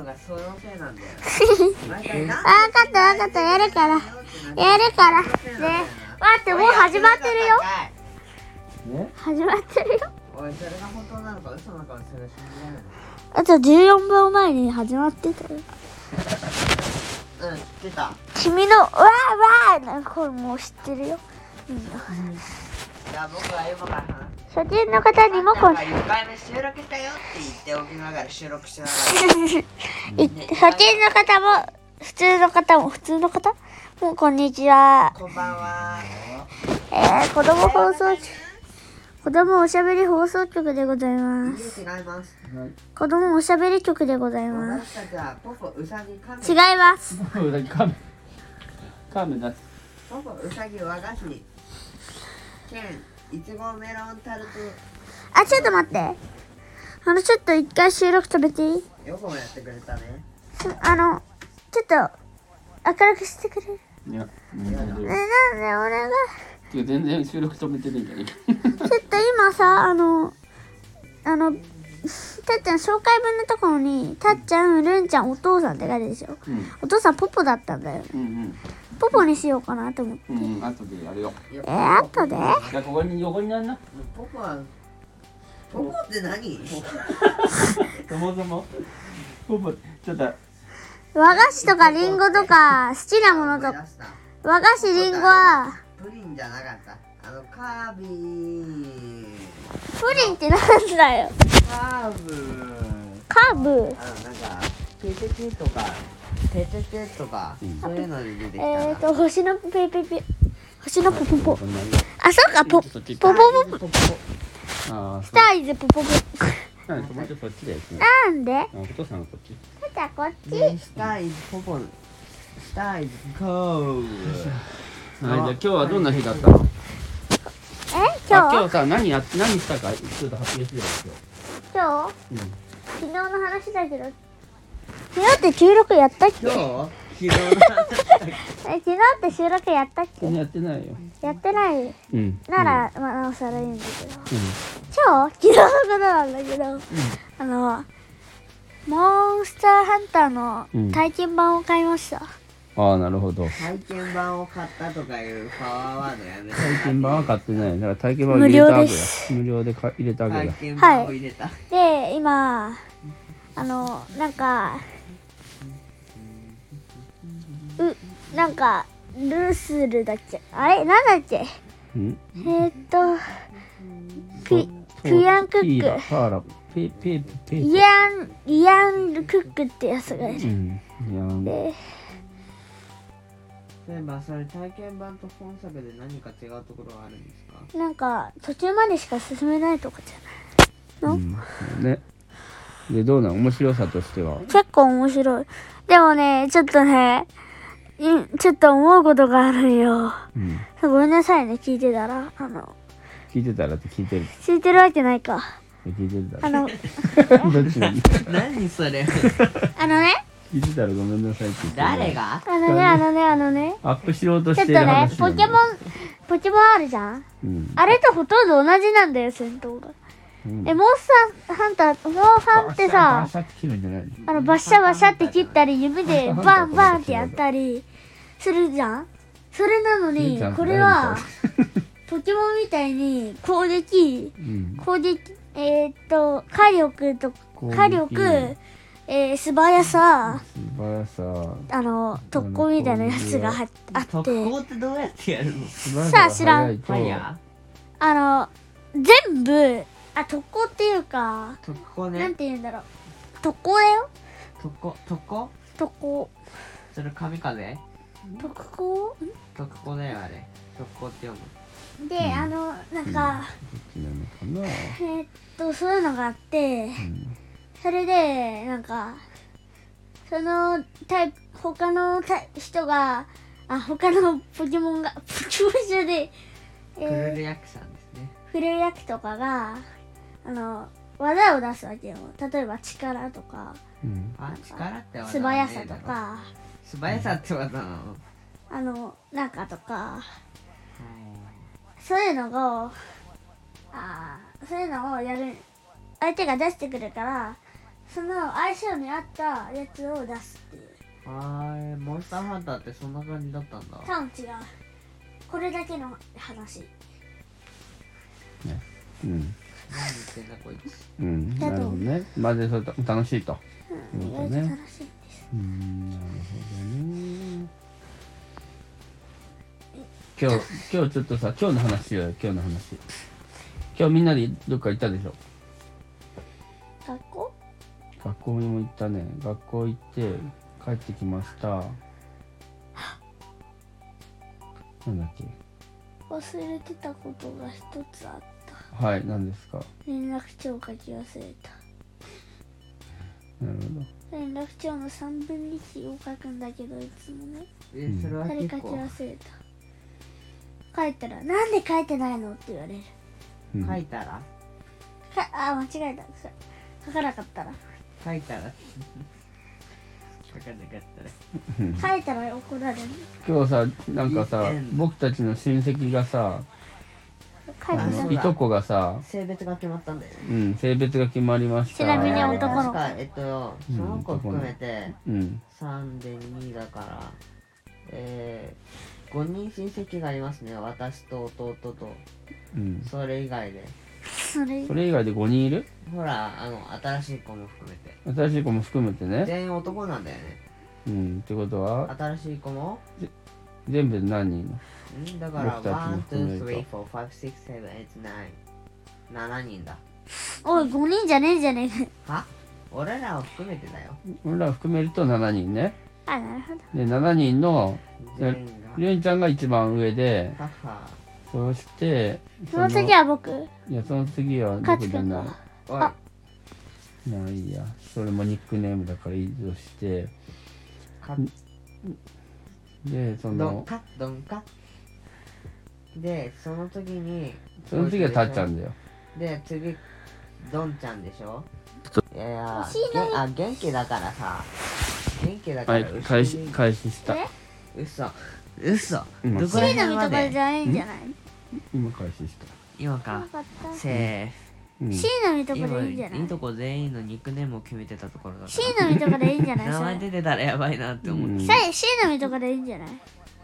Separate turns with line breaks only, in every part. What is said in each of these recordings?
なんだよ毎回なんで
わかったわかったやるからやるからね待ってもう始まってるよ
ね
始まってるよ
おいそれが本当なのか嘘なのかそれは信じられない
あと14秒前に始まってたよ
うん、知ってた。
君の「わーわー」の声も知ってるよみんな
じゃあ僕は今から話す。
初見の方にもこ
あん
の
たが1回目収録したよって言っておきながら収録してながら。
い初見の方も普通の方も普通の方もうこんにちは
こんばんは。
えー、子供放送局子供おしゃべり放送局でございま
見
す
えてないます。
子供おしゃべり局でございます
私たちはポポウサギカメ
違います
うさぎ カメカメだ
ポポウサギ和菓子兼いちごメロンタル
あちょっと待ってあのちょっと一回収録止めていい
トよくもやってくれたね
ちょあのちょっと明るくしてくれる
いやうん大丈
ね
夫
なんで俺が
てか全然収録止めてないんじゃない
ちょっと今さあのあのたっちゃん紹介文のところにたっちゃんるんちゃんお父さんって書いてるでしょ
うん
お父さんポポだったんだよね
うん
ポポにしようかなと思って
うんうんあとでやるよ
え
えー、あとで
じゃあここに横になるな
ポポはポポって何
そもそもほぼちょっと
和菓子とかリンゴとか好きなものと
思い出した
和菓子リンゴは
プリンじゃなかったあのカービィ
プリンってなんだよ
カーブ
カーブ
あのなんかテテテとかテテテとかそういうので出てきたな、
えーと星のペペペ星のポポポ
こんなに
あそうかポポポポポ
ポポ
ああそ
ス
う
タイズポポポ
なんでもうちょっとそっちだよ
なんで
あお父さんはこっち
たっちゃんこっち
ねスタイズポポスタイズコー
はいじゃあ今日はどんな日だったの
え
あ
今
今
日
日さ何や何したかちょっと発表してたよ
今日
今日
昨日の話だけど昨日って収録やったっけ
今日昨日の話
え昨日って収録やったっ
うん
け
やってないよ
やってない
うん
なら、まあなおさらいいんだけど
うん
今日昨日のことなんだけど、あのモンスターハンターの体験版を買いました、
ああなるほど
体験版を買ったとかいうパワーワードやめて
体験版は買ってないだから体験版を入れたわけだ
無料です
無料でか入れたわけ
体
だ
験版を入れた、
で今あのなんかうなんかルスルだっけあれなんだっけ
うん
えー、っとピピヤンク
ピ
ッ
ーラ
ク
パーラペペペ
イアンイアンクックってやつがいる
うんいやー
で
そういえばそれ体験版と本作で何か違うところはあるんですか
なんか途中までしか進めないとかじゃないの、
ねでどうなの面白さとしては
結構面白いでもねちょっとねうんちょっと思うことがあるんよ
うん
ごめんなさいね聞いてたらあの
聞いてたらって聞いてる
聞いてるわけないか
聞いてた
あ
ら
の
どっちなの
何そ れ
あのね
聞いてたらごめんなさいって言ってる
誰が
あのねあのねあのね
アップしようと
ち
し
ょってと
る
ね
話
ポケモンポケモンあるじゃん
ンうん
あれとほとんど同じなんだよ戦闘が
うん
えモンスターハンターモンハンってさ
バシャバシャって切るんじゃない
あのバッシャバシャって切ったり指でバンバンってやったりするじゃんそれなの
ゆう
に
ちゃん
これは
誰みたい
ポケモンみたいに攻撃
うん
攻撃えーっと火力と
攻撃
火力、えー素早さ
素早さ
あの特攻みたいなやつがはあっ
特攻
て
ってどうやってやるの
素早
さあ
さ
知ら
が
ん
速いと
ファイヤ
あの全部あ特攻っていうか
ー特攻
なん
ね
て言うんだろう特攻だよ
特攻特攻
特攻
それ神風
特攻
特攻だよあれ特攻って読む
で、あのなんか、
どっちなのかな
えーっとそういうのがあって、それでなんかそのタイプ他のタイ人があ他のポケモンがポケモン中で、
クル
え
ルヤクさんですね
ー、フレイヤクとかがあの技を出すわけよ例えば力とか
うん
あ力って技
素
は
早
ね
さ
え
と
だろ
か
素早さって技なの
あのなんかとかそういうのがあーそういうのをやる相手が出してくるからその相性に合ったやつを出すっていう
はいモンスターハンターってそんな感じだったんだ
多分違うこれだけの話
うん
何言ってんだこいつ
うん
だ
な
と
るほどねまあでそれと楽しいと
意
なる
外と
ほどね
楽しいんです
うんなるほどね今日今日ちょっとさ今日の話しようよ今日の話今日みんなでどっか行ったでしょ
学校
学校にも行ったね学校行って帰ってきましたなんだっけ
忘れてたことが一つあった
はい何ですか
連絡帳書き忘れた
なるほど
連絡帳の3分の1を書くんだけどいつもね
えそれは
誰
結
書き
構
忘れた書いたら「なんで書いてないの?」って言われる
うん
書いたら
かあ間違えたそ書かなかったら
書いたら書かなかったら
書いたら怒られる
今日さなんかさ
いいね
僕たちの親戚がさ
書いてな
あの
そう
い
だ
とこがさ、
性別が決まったんだよね
うん、性別が決まりました
ちなみに
あれ
男の子
確かえっとその子含めて
うん
3で2だからえー、5人親戚がいますね私と弟と
うん
それ以外で
それ
それ以外で5人いる
ほらあの新しい子も含めて
新しい子も含めてね
全員男なんだよね
うんってことは
新しい子も
全部で何人いるの
んだから
僕たちも含めると
1,2,3,4,5,6,7,8,9,7人だ
おい5人じゃねえじゃねえか
は俺らを含めてだよ
俺ら含めると7人ね
あなるほど
で7人の
全員が
りゅんちゃんが一番上で
母
そして
その次は僕
いやその次は
勝
僕
つ
じ
く
ゃ
んが
ない
おい
あ
まあいいやそれもニックネームだからいいとして
か
でそ
どん
の
かどんかでその時に
その次はたっちゃんだよ
で次どんちゃんでしょいやいや
牛の
げあ元気だからさ元気だか
はい
ら
開
牛
始
に
開始した
え
嘘嘘
うん
どこら
シー
辺
の
ま
見とかじ
で
ゃないんじゃない
今開始した
今
よ
か
かったシ
せ
うん
ーの見と
ー
か
今
でいいんじゃない
いいとこ全員のニックネームを決めてたところだか
シーの見とかでいいんじゃない
ら名
そ
前
れ
出てたらやばいなって思っ
う
て
ん
さいシーの見とかでいいんじゃない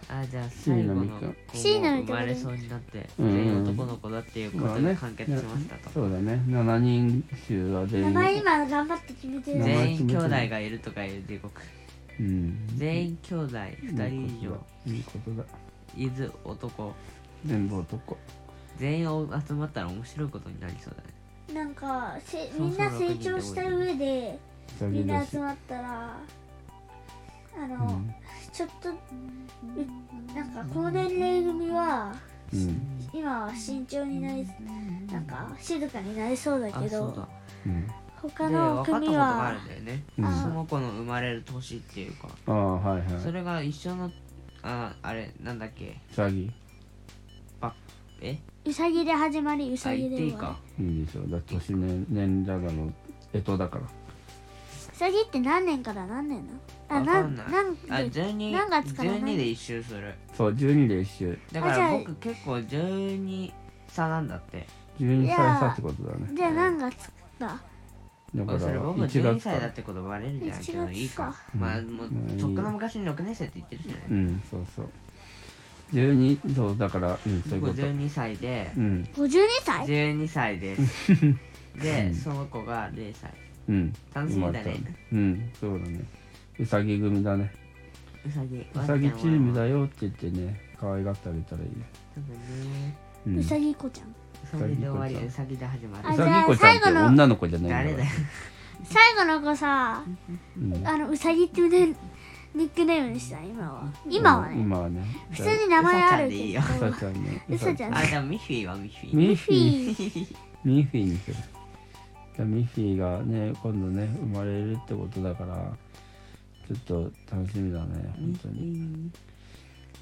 あじゃあ最後の
椎名美
子も
君
椎名美
生
君
まれそうになって
う
全
ん
員男の子だっていうこ
まあ
とで
ね
完結しましたと
そうだね7人衆は全
名
員
前今頑張って決めて
名
る
前
全員兄弟がいるとかいう地獄
うん
全員兄弟2人以上
いいことだいいことだ
伊豆男
全部男
全員集まったら面白いことになりそうだね
なんかせ
そう
みんな成長した上で
だ
み
け
んな
だ
集
し
まったらあの、
うん
ちょっとうなんかこの年齢組は
うん
今は慎重になりなんか静かになりそうだ
あ
け
そう
ど
だ
うん
他
で分
の
かったこと
組
があ
は
るんだよね
う
そ
ん
の子の生まれる年っていうか
ああはいは
そ
い
れが一緒のああれなんだっけ
詐欺
え
うさぎで始まりう
あ
さぎ
言
で
っていい
終わ
か
いいでしょだって年年年だからえとだから
りうさぎって何年から何年なのあ
わか
なん
んない
なん
あ
で
12
何月から何
12で一周する
そう12で一周
だか
あじゃ
ら
あ
僕結構12差なんだって
12
いや
歳差ってことだね
じゃあ何月だ
だか
あそれ
ら
僕
1
12
月か
歳だ
ら
ってことバレるじゃん
1
けどいいか
うん
まあもう
うん
とっくの昔に6年生って言ってるじゃない
うんそうそう12そうだからうんそういうこ
僕
と
12歳で
うん
52歳
12歳です でその子が0歳
うん
楽しみだね
生まれたうんそうだねうさぎ組だね
うさぎ
うさぎチーム
よ
だよって言ってね可愛がってあげたらいいよ、
多分ね
うん、
う
うさ
さぎ子ちゃん
うさぎで終わりうさぎで始ま
あ
る
じゃ
ぎ子ちゃん
最
って
後の
女の子じゃない
誰
ん
だ
だ
よ
か
最後の子さ
ら
あのうさぎっていうねニックネームでした今は今は
うん
ね
今はね
普通に名前あるけ
う
ど
さ
うさちゃんね
うさちゃん
あじゃあミッフィーはミッフィー
ミッフィー
ミッフィー
ミッフィーにするじゃあミッフィーがね今度ね生まれるってことだからちょっと楽しみだね
ミッ
本
フ
当に
ィー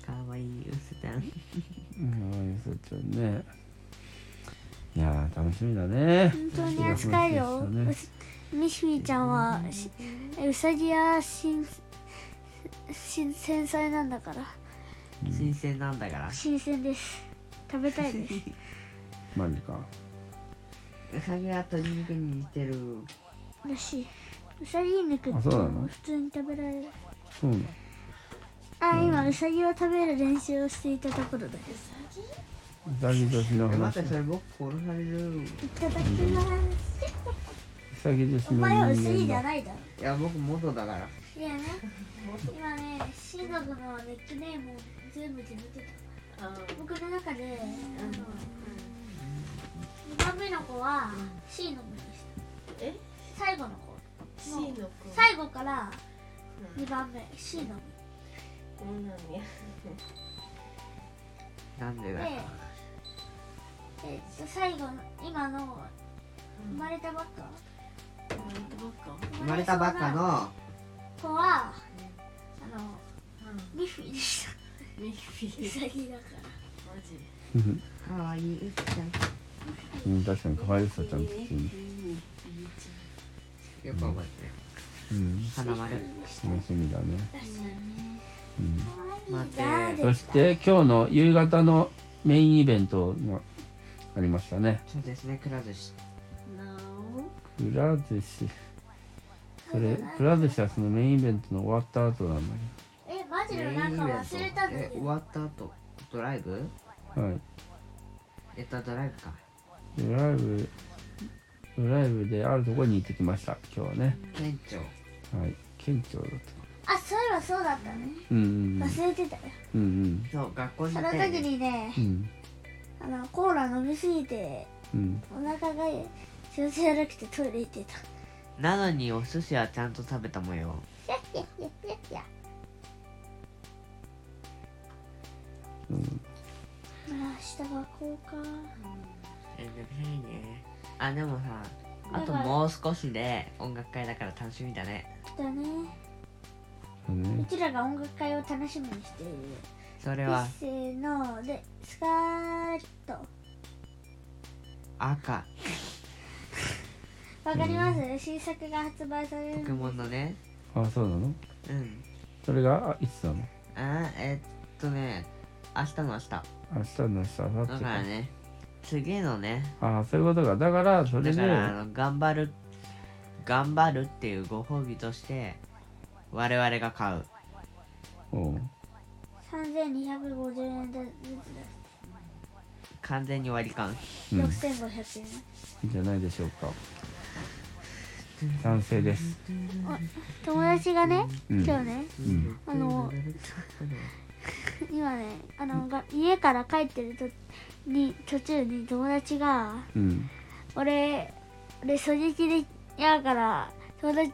かわいいうさちゃん
うんうさちゃんねいやー楽しみだね
本当に扱いよ
そうで
ミッフィーちゃんはしウサギやしんしん繊細なんだから
新鮮なんだから
新鮮です食べたいです
マジか
うさぎは鶏肉に似てる
らしいウサギ肉
あ
って
そうなの
普通に食べられる
そうなの
あ今ウサギを食べる練習をしていたところです
うさぎ年の
え
話
待っ
う
てそれ僕殺される
いただきます
さぎ年
お
の
前はウサギ
人
じゃ
間だ
ないだろ
いや僕元だから
いやね今ねシードゴのニックネームを全部自分でた僕の中であの2番目の子は C の子でした
え
最後の子
C の子
最後から2番目 C の子
そうなんや
なんで
で
だよ、
えっと最後の今の生まれたばっか
生まれたばっかの
子はあのミッフィーでした
ミッフィ
ウ
ー
サギだか
マジ
かわいいうっちゃ
うん確かに可愛さちゃんと
ミッ
して
フィ
る
ーミッ
ん
フ
よく覚えてる
うん
花丸
楽しみだね
ら
うん
可愛いだで
そして今日の夕方のメインイベントがありましたね
そうですねくら寿司
ィーなお
くら寿司それくら寿司はそのメインイベントの終わった後なんだ
えマジ
メイン
で
イベ
なん
ン
か
ト
忘れたんだ
え
け
終
ど
わった後ドライブ
けどはい
えっとドライブか
ドライブドライブであるところに行ってきました今日はね
県庁
はい県庁だと
あそういえばそうだったね
うんうん
忘れてたよ
うんうん
そう学校に
そ
行
の
ったよ
時
ね
にね
うん
あのコーラ飲みすぎて
うん
お腹が調子悪くてトイレ行ってた
なのにお寿司はちゃんと食べたもよ
いやいやいやいやいや
うん
あー明日学校か
めんどくさいねあでもさあともう少しで音楽会だから楽しみだね
だね
そう
う
ね
ちらが音楽会を楽しみにしている
それ
せ
は
ーのでスカーッと
赤
わかります、新作が発売され
ポ
る
ケモンのね
あそうなの
うん
それがあいつなの
あえっとね明日の明日だ
明日の明日明後日
からね次のね
ああそういうことかだからそれ
だ
で
からあの頑張る頑張るっていうご褒美として我々が買う
おう
3250円ずつ
完全に割り勘
うん
です6500円、
いいんじゃないでしょうか賛成です
友達がね、
うん
今日ね
うん
あの今ねあのが家から帰ってるとに途中に友達が
うん
俺俺狙撃でやから友達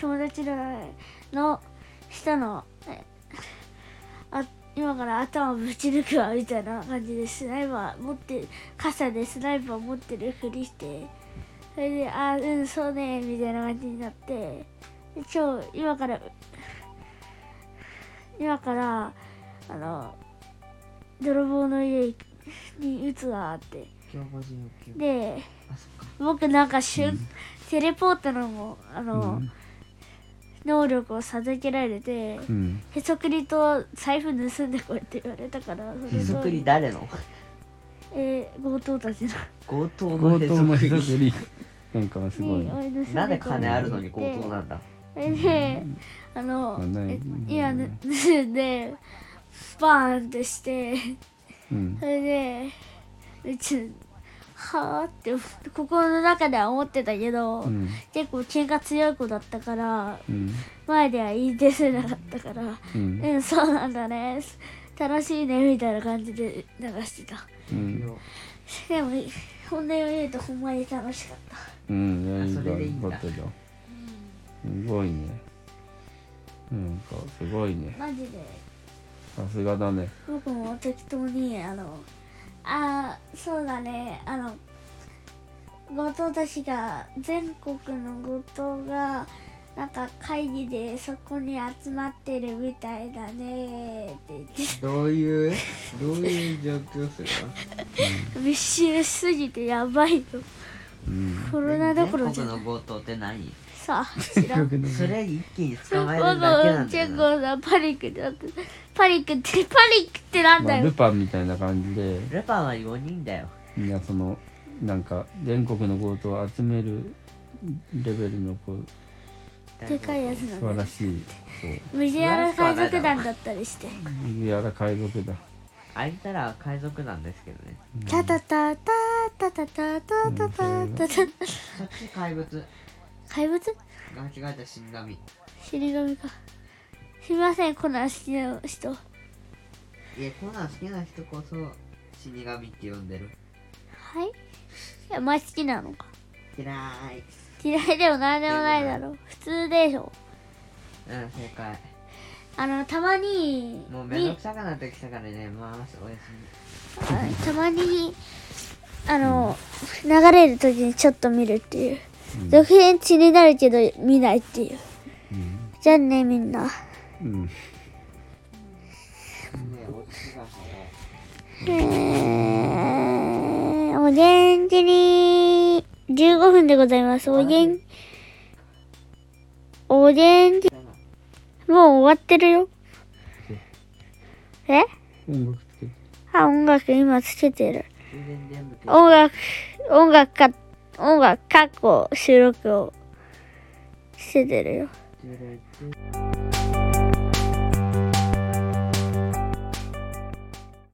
友達のの下のえあ今から頭ぶち抜くわみたいな感じでスナイパー持って傘でスナイパー持ってるふりしてそれで「あーうんそうね」みたいな感じになってで今日今から今からあの泥棒の家行くに撃つわって
今日5時起きよ
で
うあそっか
僕なんか瞬、テレポートのもあ
う
の、
ん
能力を授けられて、
うん
へそくりと財布盗んでこいって言われたからそ
手
れ
作
と、
り誰の
えー強盗たちの
強盗
強
の
盗の
手
ひ
作
ざ
り
くりなんかすごい
に
ね
俺盗んでこいって
なんで金あるのに強盗なんだ
それであの、
まあない
え
うん
今ぬ盗んでバーンってして
うん
それでうちはあって心の中では思ってたけど、
うん
結構喧嘩強い子だったから
うん
前では言い出せなかったから。
うん
うん、そうなんだね。楽しいね、みたいな感じで流してた。
うん
でも、本音を言うとほんまに楽しかった。
うん、いやいい
それでいいん
ん
だ
だ、よかったじゃん。すごいね。なんかすごいね。
マジで、
さすがだね。
僕も適当に、あの、ああ、そうだね、あの、強盗たちが、全国の強盗が、なんか会議でそこに集まってるみたいだねって言って
どういうどういう状況するの
密集しすぎてやばいよ
うん。
コロナどころじゃ
全
ない
国の強盗って何
さあ知らん
それ一気に捕まえるだ
僕
けな
は
んだ
結
よな
構さパニックになってパニックってパニックってなん
ま
だ
あ、ル
よ、
パンみたいな感じで、
ルパンは4人だよ
みんなその、なんか全国の強盗を集めるレベルのこう
たいな
でかいやつ
素
なん
晴
だ
らしいそう
麦わら海賊団だったりして
麦わら海賊だ
あいたら海賊なんですけどね
タタタタタタタタタタタタ
そっち怪物
怪物
間違えた死神
死神かすみませんこんな好きな人
いやコナン好きな人こそ死神って呼んでる
はいいや前好きなのか
嫌い
嫌いでも何でもないだろう普通でしょ
うん正解
あのたまに
もうめんど
に
くさくなってきたからねますおやすみ
あたまにあの、流れる時にちょっと見るっていう、続編気になるけど見ないっていう
うん
じゃあねみんな
うん
ねお月が早い
えーお元気に15分でございますお元気お元気もう終わってるよえ
音楽つけて
あ音楽今つけてる
終電全部消
音楽音楽か音楽過去収録をしててるよ
してる